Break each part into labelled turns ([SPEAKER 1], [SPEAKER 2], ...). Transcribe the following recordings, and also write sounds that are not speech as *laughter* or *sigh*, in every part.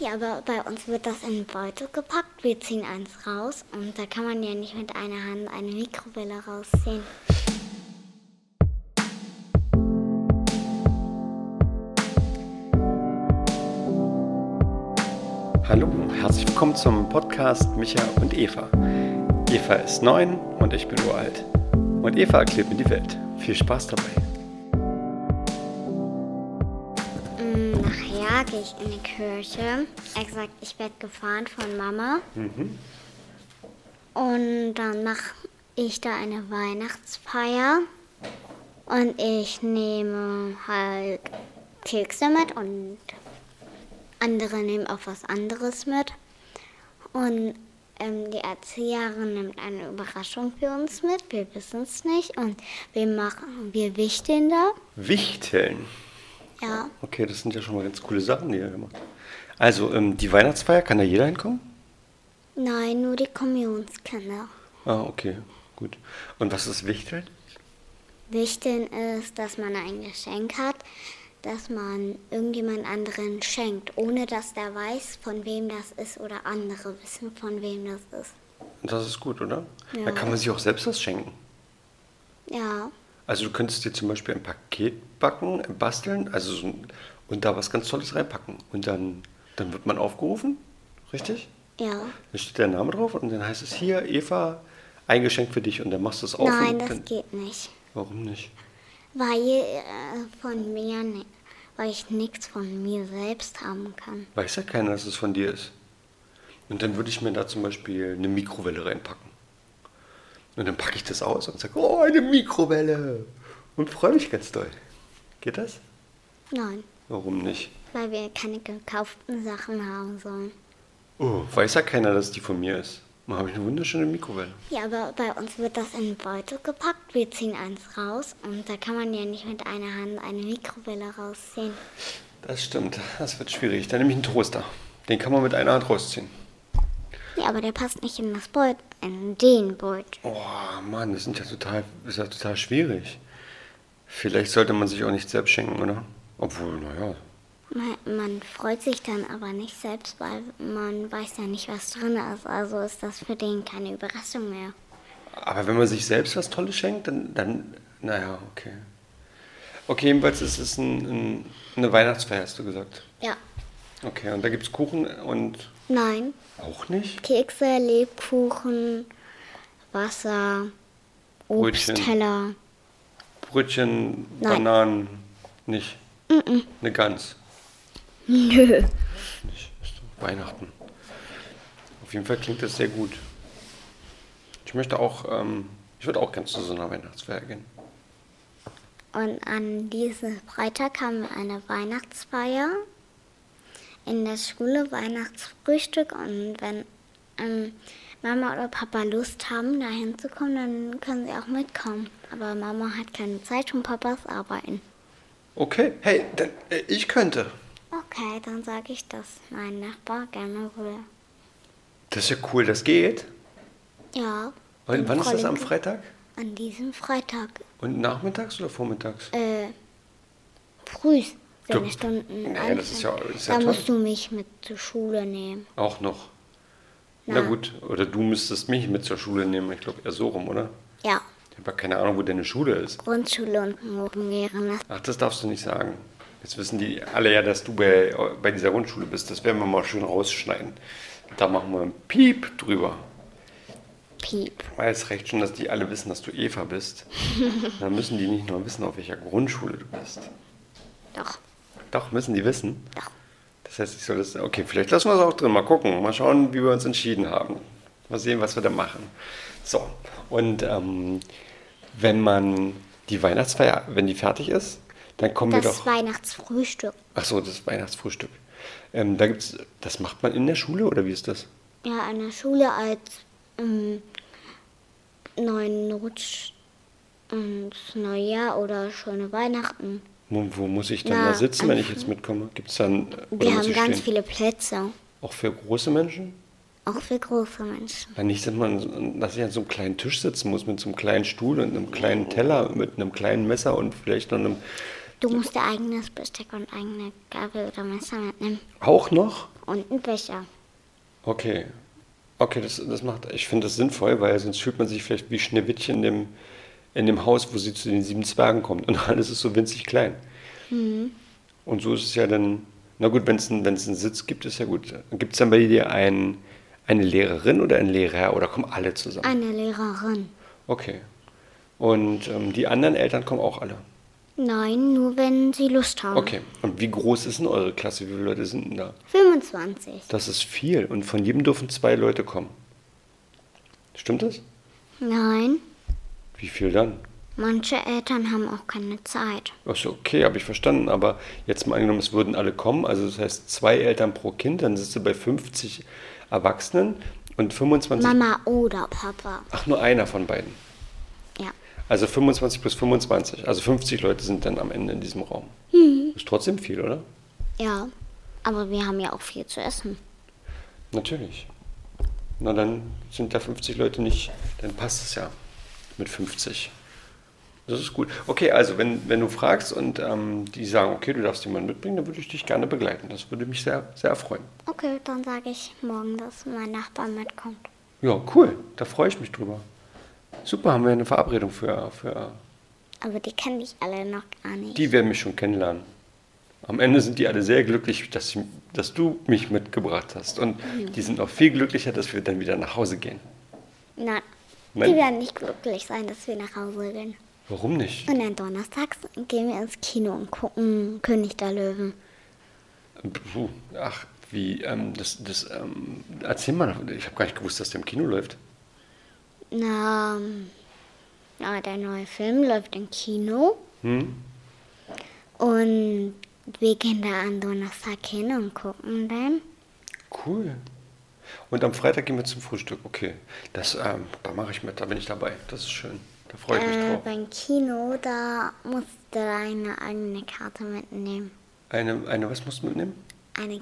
[SPEAKER 1] Ja, aber bei uns wird das in den Beutel gepackt. Wir ziehen eins raus und da kann man ja nicht mit einer Hand eine Mikrowelle rausziehen.
[SPEAKER 2] Hallo, herzlich willkommen zum Podcast Micha und Eva. Eva ist neun und ich bin uralt. Und Eva erklärt mir die Welt. Viel Spaß dabei.
[SPEAKER 1] Mm, Nachher gehe ich in die Kirche. Exakt, ich werde gefahren von Mama. Und dann mache ich da eine Weihnachtsfeier. Und ich nehme halt Kekse mit und andere nehmen auch was anderes mit. Und ähm, die Erzieherin nimmt eine Überraschung für uns mit. Wir wissen es nicht. Und wir machen, wir wichteln da.
[SPEAKER 2] Wichteln.
[SPEAKER 1] Ja.
[SPEAKER 2] Okay, das sind ja schon mal ganz coole Sachen, die ihr gemacht habt. Also, ähm, die Weihnachtsfeier, kann da jeder hinkommen?
[SPEAKER 1] Nein, nur die Kommunionskinder.
[SPEAKER 2] Ah, okay, gut. Und was ist Wichteln?
[SPEAKER 1] Wichteln ist, dass man ein Geschenk hat, dass man irgendjemand anderen schenkt, ohne dass der weiß, von wem das ist oder andere wissen, von wem das ist.
[SPEAKER 2] Das ist gut, oder?
[SPEAKER 1] Ja.
[SPEAKER 2] Da kann man sich auch selbst was schenken.
[SPEAKER 1] Ja,
[SPEAKER 2] Also, du könntest dir zum Beispiel ein Paket backen, äh, basteln, also so ein, und da was ganz Tolles reinpacken. Und dann, dann wird man aufgerufen, richtig?
[SPEAKER 1] ja.
[SPEAKER 2] Dann steht der Name drauf und dann heißt es hier, Eva, ein Geschenk für dich. Und dann machst du es auf.
[SPEAKER 1] Nein,
[SPEAKER 2] und
[SPEAKER 1] das
[SPEAKER 2] dann,
[SPEAKER 1] geht nicht.
[SPEAKER 2] Warum nicht?
[SPEAKER 1] Weil äh, von mir, ni- weil ich nichts von mir selbst haben kann.
[SPEAKER 2] Weiß ja keiner, dass es von dir ist. Und dann würde ich mir da zum Beispiel eine Mikrowelle reinpacken. Und dann packe ich das aus und sage, oh, eine Mikrowelle. Und freue mich ganz doll. Geht das?
[SPEAKER 1] Nein,
[SPEAKER 2] Warum nicht?
[SPEAKER 1] weil wir keine gekauften Sachen haben sollen.
[SPEAKER 2] Oh, weiß ja keiner, dass die von mir ist. Dann habe ich eine wunderschöne Mikrowelle.
[SPEAKER 1] Ja, aber bei uns wird das in den Beutel gepackt. Wir ziehen eins raus und da kann man ja nicht mit einer Hand eine Mikrowelle rausziehen.
[SPEAKER 2] Das stimmt, das wird schwierig. Dann nehme ich einen Toaster. Den kann man mit einer Hand rausziehen.
[SPEAKER 1] Ja, aber der passt nicht in das Beutel, in den Beutel.
[SPEAKER 2] Oh Mann, das sind ja total, ist ja total schwierig. Vielleicht sollte man sich auch nicht selbst schenken, oder? Obwohl, naja,
[SPEAKER 1] Man, man freut sich dann aber nicht selbst, weil man weiß ja nicht, was drin ist. Also ist das für den keine Überraschung mehr.
[SPEAKER 2] Aber wenn man sich selbst was Tolles schenkt, dann, dann naja, okay. Okay, jedenfalls ist es ein, ein, eine Weihnachtsfeier, hast du gesagt.
[SPEAKER 1] Ja.
[SPEAKER 2] Okay, und da gibt es Kuchen und
[SPEAKER 1] Nein.
[SPEAKER 2] auch nicht?
[SPEAKER 1] Kekse, Lebkuchen, Wasser,
[SPEAKER 2] Brötchen.
[SPEAKER 1] Obstteller.
[SPEAKER 2] Brötchen,
[SPEAKER 1] Nein.
[SPEAKER 2] Bananen, nicht? Eine Gans.
[SPEAKER 1] Nö.
[SPEAKER 2] Nicht. Ist doch Weihnachten. Auf jeden Fall klingt das sehr gut. Ich möchte auch, ähm, ich würde auch gerne zu so einer Weihnachtsfeier gehen.
[SPEAKER 1] Und an diesem Freitag haben wir eine Weihnachtsfeier. In der Schule Weihnachtsfrühstück. Und wenn ähm, Mama oder Papa Lust haben, da hinzukommen, dann können sie auch mitkommen. Aber Mama hat keine Zeit und Papas arbeiten.
[SPEAKER 2] Okay, hey, dann, äh, ich könnte.
[SPEAKER 1] Okay, dann sage ich das. Mein Nachbar gerne will.
[SPEAKER 2] Das ist ja cool, das geht.
[SPEAKER 1] Ja.
[SPEAKER 2] Wann, wann ist das am
[SPEAKER 1] Fräulein-
[SPEAKER 2] Freitag?
[SPEAKER 1] An diesem Freitag.
[SPEAKER 2] Und nachmittags oder vormittags?
[SPEAKER 1] Äh, früh, wenn
[SPEAKER 2] Du-
[SPEAKER 1] die Stunden
[SPEAKER 2] Naja, das ist ja-
[SPEAKER 1] anfangen.
[SPEAKER 2] ist ja
[SPEAKER 1] Da
[SPEAKER 2] toll.
[SPEAKER 1] musst du mich mit zur Schule nehmen.
[SPEAKER 2] Auch noch. Na.
[SPEAKER 1] Na.
[SPEAKER 2] gut, oder du müsstest mich mit zur Schule nehmen. Ich glaube eher so rum, oder?
[SPEAKER 1] Ja,
[SPEAKER 2] Ich habe ja keine Ahnung, wo deine Schule ist.
[SPEAKER 1] Grundschule und Hochgehirn.
[SPEAKER 2] Ach, das darfst du nicht sagen. Jetzt wissen die alle ja, dass du bei, bei dieser Grundschule bist. Das werden wir mal schön rausschneiden. Da machen wir einen Piep drüber.
[SPEAKER 1] Piep.
[SPEAKER 2] Weil es reicht schon, dass die alle wissen, dass du Eva bist. Dann müssen die nicht nur wissen, auf welcher Grundschule du bist.
[SPEAKER 1] Doch.
[SPEAKER 2] Doch, müssen die wissen.
[SPEAKER 1] Doch.
[SPEAKER 2] Das heißt, ich soll das. Okay, vielleicht lassen wir es auch drin. Mal gucken. Mal schauen, wie wir uns entschieden haben. Mal sehen, was wir da machen. So, und ähm, wenn man die Weihnachtsfeier, wenn die fertig ist, dann kommen wir
[SPEAKER 1] Das
[SPEAKER 2] doch.
[SPEAKER 1] Weihnachtsfrühstück.
[SPEAKER 2] Ach so, das Weihnachtsfrühstück. Ähm, da gibt's, das macht man in der Schule oder wie ist das?
[SPEAKER 1] Ja, an der Schule als ähm, neuen Rutsch ins Neujahr oder schöne Weihnachten.
[SPEAKER 2] Wo, wo muss ich dann
[SPEAKER 1] Na, ähm,
[SPEAKER 2] da sitzen, wenn ich jetzt mitkomme? Gibt es dann. äh, Oder
[SPEAKER 1] Wir
[SPEAKER 2] muss
[SPEAKER 1] haben
[SPEAKER 2] ich
[SPEAKER 1] ganz
[SPEAKER 2] stehen?
[SPEAKER 1] viele Plätze.
[SPEAKER 2] Auch für große Menschen?
[SPEAKER 1] Auch für große Menschen.
[SPEAKER 2] Weil nicht, dass, man, dass ich an so einem kleinen Tisch sitzen muss mit so einem kleinen Stuhl und einem kleinen Teller, mit einem kleinen Messer und vielleicht noch einem.
[SPEAKER 1] Du musst dein eigenes Besteck und eigene Gabel oder Messer mitnehmen.
[SPEAKER 2] Auch noch?
[SPEAKER 1] und einen Becher.
[SPEAKER 2] Okay. Okay, das, das macht, ich finde das sinnvoll, weil sonst fühlt man sich vielleicht wie Schneewittchen in dem, in dem Haus, wo sie zu den sieben Zwergen kommt und alles ist so winzig klein. Und so ist es ja dann, na gut, wenn es einen, wenn's einen Sitz gibt, ist ja gut. Gibt es dann bei dir einen, eine Lehrerin oder einen Lehrer oder kommen alle zusammen?
[SPEAKER 1] Eine Lehrerin.
[SPEAKER 2] Okay. Und ähm, die anderen Eltern kommen auch alle.
[SPEAKER 1] Nein, nur wenn sie Lust haben.
[SPEAKER 2] Okay. Und wie groß ist denn eure Klasse? Wie viele Leute sind denn da?
[SPEAKER 1] 25.
[SPEAKER 2] Das ist viel. Und von jedem dürfen zwei Leute kommen. Stimmt das?
[SPEAKER 1] Nein,
[SPEAKER 2] Wie viel dann?
[SPEAKER 1] manche Eltern haben auch keine Zeit.
[SPEAKER 2] Achso, okay, habe ich verstanden. Aber jetzt mal angenommen, es würden alle kommen. Also das heißt zwei Eltern pro Kind, dann sitzt du bei 50 Erwachsenen und 25.
[SPEAKER 1] Mama oder Papa.
[SPEAKER 2] Ach, nur einer von beiden.
[SPEAKER 1] Ja.
[SPEAKER 2] Also 25 plus 25. Also 50 Leute sind dann am Ende in diesem Raum. Ist trotzdem viel, oder?
[SPEAKER 1] Ja. Aber wir haben ja auch viel zu essen.
[SPEAKER 2] Natürlich. Na, dann sind da 50 Leute nicht, dann passt es ja mit 50. Das ist gut. Okay, also wenn, wenn du fragst und ähm, die sagen, okay, du darfst jemanden mitbringen, dann würde ich dich gerne begleiten. Das würde mich sehr, sehr erfreuen.
[SPEAKER 1] Okay, dann sage ich morgen, dass mein Nachbar mitkommt.
[SPEAKER 2] Ja, cool. Da freue ich mich drüber. Super, haben wir eine Verabredung für, für
[SPEAKER 1] Aber die kenne ich alle noch gar nicht.
[SPEAKER 2] Die werden mich schon kennenlernen. Am Ende sind die alle sehr glücklich, dass, ich, dass du mich mitgebracht hast. Und die sind auch viel glücklicher, dass wir dann wieder nach Hause gehen.
[SPEAKER 1] Nein.
[SPEAKER 2] Nein.
[SPEAKER 1] Die werden nicht glücklich sein, dass wir nach Hause gehen.
[SPEAKER 2] Warum nicht?
[SPEAKER 1] Und dann donnerstags gehen wir ins Kino und gucken König der Löwen.
[SPEAKER 2] Puh, ach, wie, ähm, das, das, ähm, erzähl mal, noch. ich habe gar nicht gewusst, dass der im Kino läuft.
[SPEAKER 1] Na, na, der neue Film läuft im Kino.
[SPEAKER 2] Hm?
[SPEAKER 1] Und wir gehen da am Donnerstag hin und gucken den.
[SPEAKER 2] Cool. Und am Freitag gehen wir zum Frühstück. Okay, das, ähm, da mache ich mit, da bin ich dabei. Das ist schön. Da freue ich mich
[SPEAKER 1] Äh,
[SPEAKER 2] drauf.
[SPEAKER 1] beim Kino, da musst du deine eigene Karte mitnehmen.
[SPEAKER 2] Eine, eine, was musst du mitnehmen?
[SPEAKER 1] Eine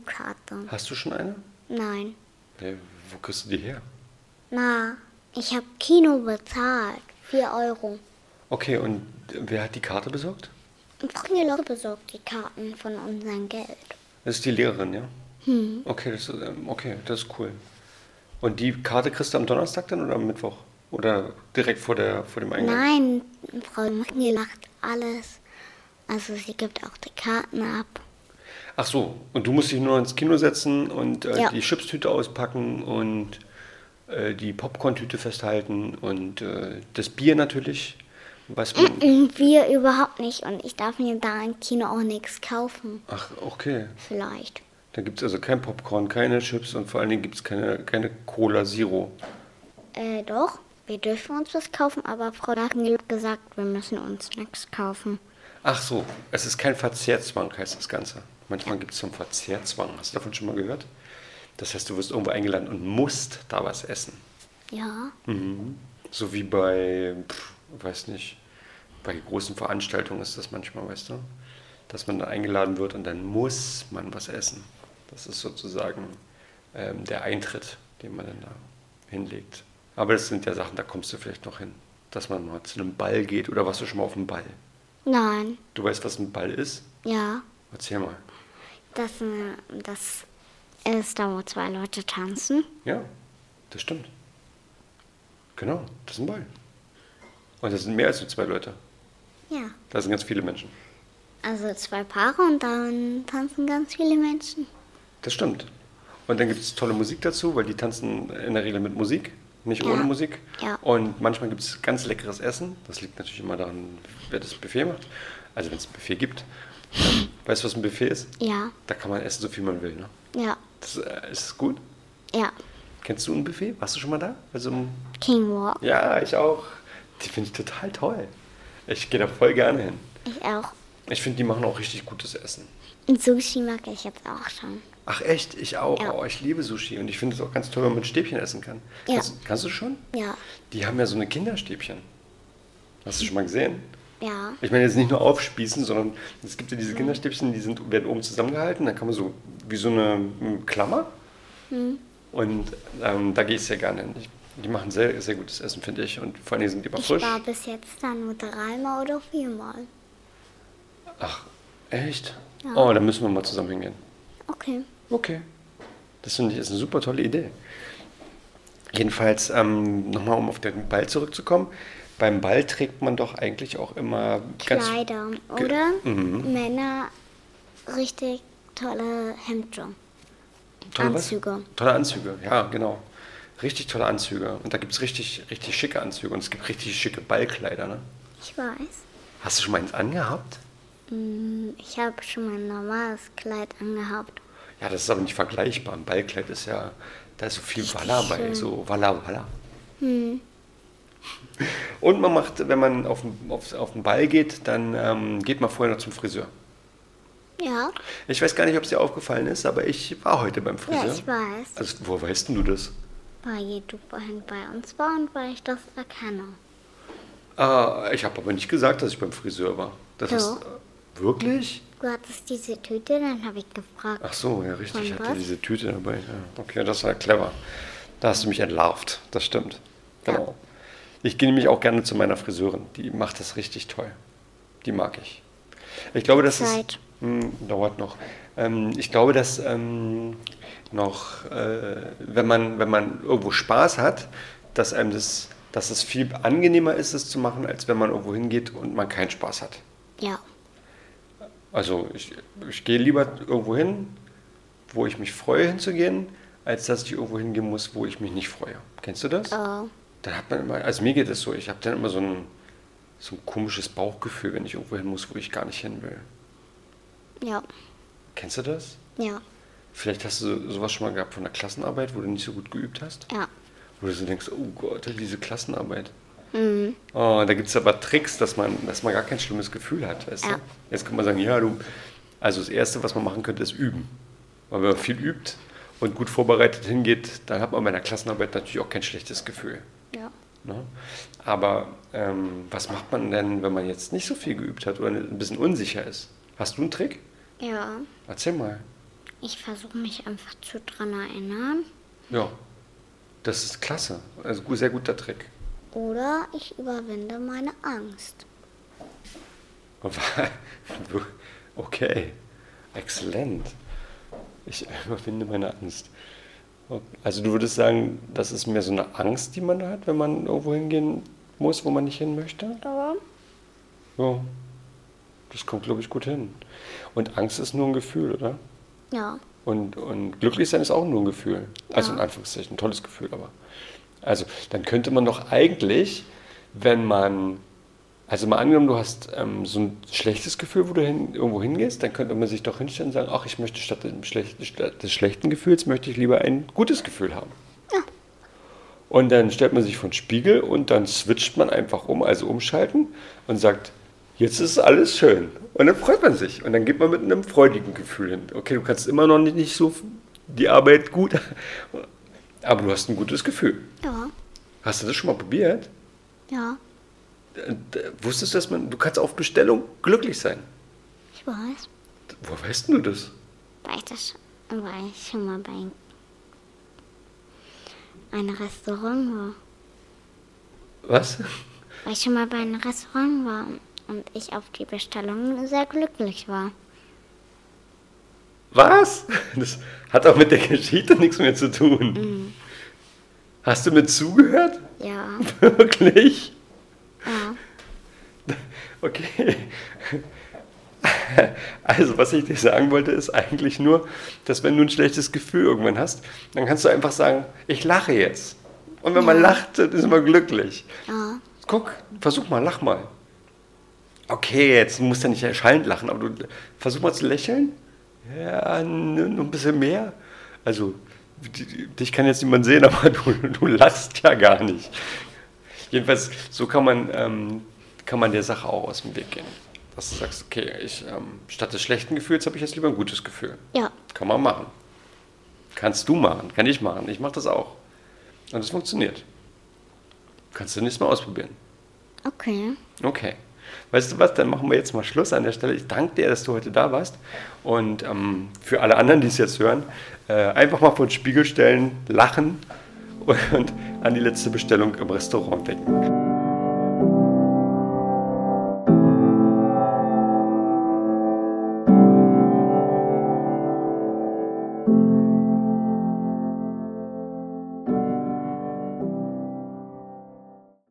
[SPEAKER 1] Kinokarte.
[SPEAKER 2] Hast du schon eine?
[SPEAKER 1] Nein.
[SPEAKER 2] Nee, wo kriegst du die her?
[SPEAKER 1] Na, ich habe Kino bezahlt. 4 Euro.
[SPEAKER 2] Okay, und wer hat die Karte besorgt?
[SPEAKER 1] Und früher Leute besorgt die Karten von unserem Geld.
[SPEAKER 2] Das ist die Lehrerin, ja? Okay, das ist, ähm, okay, das ist cool. Und die Karte kriegst du am Donnerstag dann oder am Mittwoch? Oder direkt vor, der, vor dem Eingang?
[SPEAKER 1] Nein, Frau Mangel macht alles. Also sie gibt auch die Karten ab. *clears throat*
[SPEAKER 2] Ach so, und du musst dich nur ins Kino setzen und äh,
[SPEAKER 1] Ja.
[SPEAKER 2] die Chipstüte auspacken und äh, die Popcorn-Tüte festhalten und äh, das Bier natürlich. Was man,
[SPEAKER 1] Und wir überhaupt nicht. Und ich darf mir da im Kino auch nichts kaufen.
[SPEAKER 2] Ach, okay.
[SPEAKER 1] Vielleicht.
[SPEAKER 2] Da gibt es also kein Popcorn, keine Chips und vor allen Dingen gibt es keine, keine Cola Zero.
[SPEAKER 1] Äh, doch. Wir dürfen uns was kaufen, aber Frau Mangel hat gesagt, wir müssen uns nichts kaufen.
[SPEAKER 2] Ach so, es ist kein Verzehrzwang, heißt das Ganze. Manchmal gibt es so einen Verzehrzwang. Hast du davon schon mal gehört? Das heißt, du wirst irgendwo eingeladen und musst da was essen.
[SPEAKER 1] Ja.
[SPEAKER 2] So wie bei, pf, weiß nicht, bei großen Veranstaltungen ist das manchmal, weißt du? Dass man da eingeladen wird und dann muss man was essen. Das ist sozusagen ähm, der Eintritt, den man dann da hinlegt. Aber das sind ja Sachen, da kommst du vielleicht noch hin. Dass man mal zu einem Ball geht oder warst du schon mal auf einem Ball?
[SPEAKER 1] Nein.
[SPEAKER 2] Du weißt, was ein Ball ist?
[SPEAKER 1] Ja.
[SPEAKER 2] Erzähl mal.
[SPEAKER 1] Das, äh, das ist da, wo zwei Leute tanzen.
[SPEAKER 2] Ja, das stimmt. Genau, das ist ein Ball. Und das sind mehr als nur zwei Leute.
[SPEAKER 1] Ja.
[SPEAKER 2] Da sind ganz viele Menschen.
[SPEAKER 1] Also zwei Paare und dann tanzen ganz viele Menschen.
[SPEAKER 2] Das stimmt. Und dann gibt es tolle Musik dazu, weil die tanzen in der Regel mit Musik, nicht
[SPEAKER 1] Ja.
[SPEAKER 2] ohne Musik.
[SPEAKER 1] Ja.
[SPEAKER 2] Und manchmal gibt es ganz leckeres Essen. Das liegt natürlich immer daran, wer das Buffet macht. Also wenn es ein Buffet gibt.
[SPEAKER 1] *clears throat*
[SPEAKER 2] Weißt du, was ein Buffet ist?
[SPEAKER 1] Ja.
[SPEAKER 2] Da kann man essen, so viel man will. Ne?
[SPEAKER 1] Ja.
[SPEAKER 2] Das, äh, ist das gut?
[SPEAKER 1] Ja.
[SPEAKER 2] Kennst du ein Buffet? Warst du schon mal da? Also im
[SPEAKER 1] King Walk.
[SPEAKER 2] Ja, ich auch. Die finde ich total toll. Ich gehe da voll gerne hin.
[SPEAKER 1] Ich auch.
[SPEAKER 2] Ich finde, die machen auch richtig gutes Essen.
[SPEAKER 1] Und Sushi mag ich jetzt auch schon.
[SPEAKER 2] Ach echt, ich auch.
[SPEAKER 1] Ja.
[SPEAKER 2] Oh, ich liebe Sushi und ich finde es auch ganz toll, wenn man Stäbchen essen kann.
[SPEAKER 1] Ja.
[SPEAKER 2] Kannst, kannst du schon?
[SPEAKER 1] Ja.
[SPEAKER 2] Die haben ja so eine Kinderstäbchen. Hast du schon mal gesehen?
[SPEAKER 1] Ja.
[SPEAKER 2] Ich meine jetzt nicht nur aufspießen, sondern es gibt ja
[SPEAKER 1] Mhm.
[SPEAKER 2] diese Kinderstäbchen, die sind, werden oben zusammengehalten. Dann kann man so wie so eine mm, Klammer.
[SPEAKER 1] Mhm.
[SPEAKER 2] Und ähm, da gehe ich sehr gerne hin. Ich, die machen sehr, sehr gutes Essen, finde ich. Und vor allen Dingen sind die immer
[SPEAKER 1] Ich
[SPEAKER 2] frisch.
[SPEAKER 1] war bis jetzt da nur dreimal oder viermal.
[SPEAKER 2] Ach, echt? Oh, da müssen wir mal zusammen hingehen.
[SPEAKER 1] Okay.
[SPEAKER 2] Okay. Das finde ich ist eine super tolle Idee. Jedenfalls, ähm, nochmal um auf den Ball zurückzukommen. Beim Ball trägt man doch eigentlich auch immer ganz.
[SPEAKER 1] Kleider,
[SPEAKER 2] Ge- Mhm.
[SPEAKER 1] oder? Männer richtig tolle Hemden.
[SPEAKER 2] Tolle was?
[SPEAKER 1] Anzüge.
[SPEAKER 2] Tolle Anzüge, ja, genau. Richtig tolle Anzüge. Und da gibt es richtig, richtig schicke Anzüge. Und es gibt richtig schicke Ballkleider, ne?
[SPEAKER 1] Ich weiß.
[SPEAKER 2] Hast du schon mal eins angehabt?
[SPEAKER 1] Ich habe schon mal ein normales Kleid angehabt.
[SPEAKER 2] Ja, das ist aber nicht vergleichbar. Ein Ballkleid ist ja, da ist so viel
[SPEAKER 1] Richtig
[SPEAKER 2] Walla bei,
[SPEAKER 1] schön. Hm.
[SPEAKER 2] so Walla Walla. Und man macht, wenn man auf, den- auf, auf den Ball geht, dann ähm, geht man vorher noch zum Friseur.
[SPEAKER 1] Ja,
[SPEAKER 2] Ich weiß gar nicht, ob es dir aufgefallen ist, aber ich war heute beim Friseur.
[SPEAKER 1] ja, ich weiß.
[SPEAKER 2] Also, wo weißt denn du das?
[SPEAKER 1] Weil du vorhin bei uns war und weil ich das erkenne.
[SPEAKER 2] Äh, ich habe aber nicht gesagt, dass ich beim Friseur war. Das
[SPEAKER 1] Doch.
[SPEAKER 2] ist äh, wirklich?
[SPEAKER 1] Du hattest diese Tüte, dann habe ich gefragt.
[SPEAKER 2] Ach so, ja, richtig. Ich
[SPEAKER 1] Und
[SPEAKER 2] hatte
[SPEAKER 1] was?
[SPEAKER 2] diese Tüte dabei. Ja. Okay, das war clever. Da hast du mich entlarvt. Das stimmt.
[SPEAKER 1] Ja.
[SPEAKER 2] Genau. Ich gehe nämlich auch gerne zu meiner Friseurin. Die macht das richtig toll. Die mag ich. Ich glaube, das
[SPEAKER 1] Zeit.
[SPEAKER 2] ist. Hm, dauert noch. Ähm, ich glaube, dass ähm, noch, äh, wenn, man, wenn man irgendwo Spaß hat, dass einem das, dass es viel angenehmer ist, es zu machen, als wenn man irgendwo hingeht und man keinen Spaß hat.
[SPEAKER 1] Ja,
[SPEAKER 2] Also ich, ich gehe lieber irgendwo hin, wo ich mich freue hinzugehen, als dass ich irgendwo hingehen muss, wo ich mich nicht freue. Kennst du das?
[SPEAKER 1] oh,
[SPEAKER 2] Dann hat man immer, also mir geht es so, ich habe dann immer so ein, so ein komisches Bauchgefühl, wenn ich irgendwo hin muss, wo ich gar nicht hin will.
[SPEAKER 1] ja,
[SPEAKER 2] Kennst du das?
[SPEAKER 1] ja,
[SPEAKER 2] Vielleicht hast du so- sowas schon mal gehabt von der Klassenarbeit, wo du nicht so gut geübt hast?
[SPEAKER 1] ja.
[SPEAKER 2] Wo du so denkst, oh Gott, diese Klassenarbeit. Oh, da gibt es aber Tricks, dass man, dass man gar kein schlimmes Gefühl hat, weißt du?
[SPEAKER 1] Ja.
[SPEAKER 2] Jetzt kann man sagen, ja, du, also das Erste, was man machen könnte, ist üben. Weil wenn man viel übt und gut vorbereitet hingeht, dann hat man bei einer Klassenarbeit natürlich auch kein schlechtes Gefühl.
[SPEAKER 1] Ja.
[SPEAKER 2] Ne? Aber ähm, was macht man denn, wenn man jetzt nicht so viel geübt hat oder ein bisschen unsicher ist? Hast du einen Trick?
[SPEAKER 1] Ja.
[SPEAKER 2] Erzähl mal.
[SPEAKER 1] Ich versuche mich einfach zu dran erinnern.
[SPEAKER 2] Ja, das ist klasse. Also gu- sehr guter Trick.
[SPEAKER 1] Oder ich überwinde meine Angst.
[SPEAKER 2] *laughs* Okay, exzellent. Ich überwinde meine Angst. Also du würdest sagen, das ist mehr so eine Angst, die man hat, wenn man irgendwo hingehen muss, wo man nicht hin möchte?
[SPEAKER 1] Aber?
[SPEAKER 2] Ja, das kommt, glaube ich, gut hin. Und Angst ist nur ein Gefühl, oder?
[SPEAKER 1] Ja.
[SPEAKER 2] Und, und glücklich sein ist auch nur ein Gefühl. Also
[SPEAKER 1] Ja.
[SPEAKER 2] in Anführungszeichen, ein tolles Gefühl, aber. Also dann könnte man doch eigentlich, wenn man, also mal angenommen, du hast ähm, so ein schlechtes Gefühl, wo du hin, irgendwo hingehst, dann könnte man sich doch hinstellen und sagen, ach, ich möchte statt, dem schlechten, statt des schlechten Gefühls, möchte ich lieber ein gutes Gefühl haben. Und dann stellt man sich vor den Spiegel und dann switcht man einfach um, also umschalten und sagt, jetzt ist alles schön. Und dann freut man sich. Und dann geht man mit einem freudigen Gefühl hin. Okay, du kannst immer noch nicht, nicht so die Arbeit gut, *laughs* aber du hast ein gutes Gefühl.
[SPEAKER 1] Ja.
[SPEAKER 2] Hast du das schon mal probiert?
[SPEAKER 1] Ja.
[SPEAKER 2] Äh, d- Wusstest du, dass man, du kannst auf Bestellung glücklich sein?
[SPEAKER 1] Ich weiß.
[SPEAKER 2] D- Woher weißt denn du das?
[SPEAKER 1] Weil ich das schon, weil ich schon mal bei einem Restaurant war.
[SPEAKER 2] Was? *laughs*
[SPEAKER 1] Weil ich schon mal bei einem Restaurant war und ich auf die Bestellung sehr glücklich war.
[SPEAKER 2] Was? *laughs* Das hat auch mit der Geschichte nichts mehr zu tun. Hast du mir zugehört?
[SPEAKER 1] Ja.
[SPEAKER 2] *laughs* Wirklich?
[SPEAKER 1] Ja.
[SPEAKER 2] Okay. Also, was ich dir sagen wollte, ist eigentlich nur, dass wenn du ein schlechtes Gefühl irgendwann hast, dann kannst du einfach sagen, ich lache jetzt. Und wenn man lacht, dann ist man glücklich.
[SPEAKER 1] Ja.
[SPEAKER 2] Guck, versuch mal, lach mal. Okay, jetzt musst du nicht erschallend lachen, aber du versuch mal zu lächeln. Ja, nur ein bisschen mehr. Also, die- die- dich kann jetzt niemand sehen, *laughs* aber du, du lachst ja gar nicht. Jedenfalls, so kann man, ähm, kann man der Sache auch aus dem Weg gehen. Dass du sagst, okay, ich, ähm, statt des schlechten Gefühls habe ich jetzt lieber ein gutes Gefühl.
[SPEAKER 1] Ja.
[SPEAKER 2] Kann man machen. Kannst du machen, kann ich machen. Ich mache das auch. Und es funktioniert. Kannst du nächstes Mal ausprobieren.
[SPEAKER 1] Okay.
[SPEAKER 2] Okay. Weißt du was, dann machen wir jetzt mal Schluss an der Stelle. Ich danke dir, dass du heute da warst. Und ähm, für alle anderen, die es jetzt hören, äh, einfach mal vor den Spiegel stellen, lachen und an die letzte Bestellung im Restaurant denken.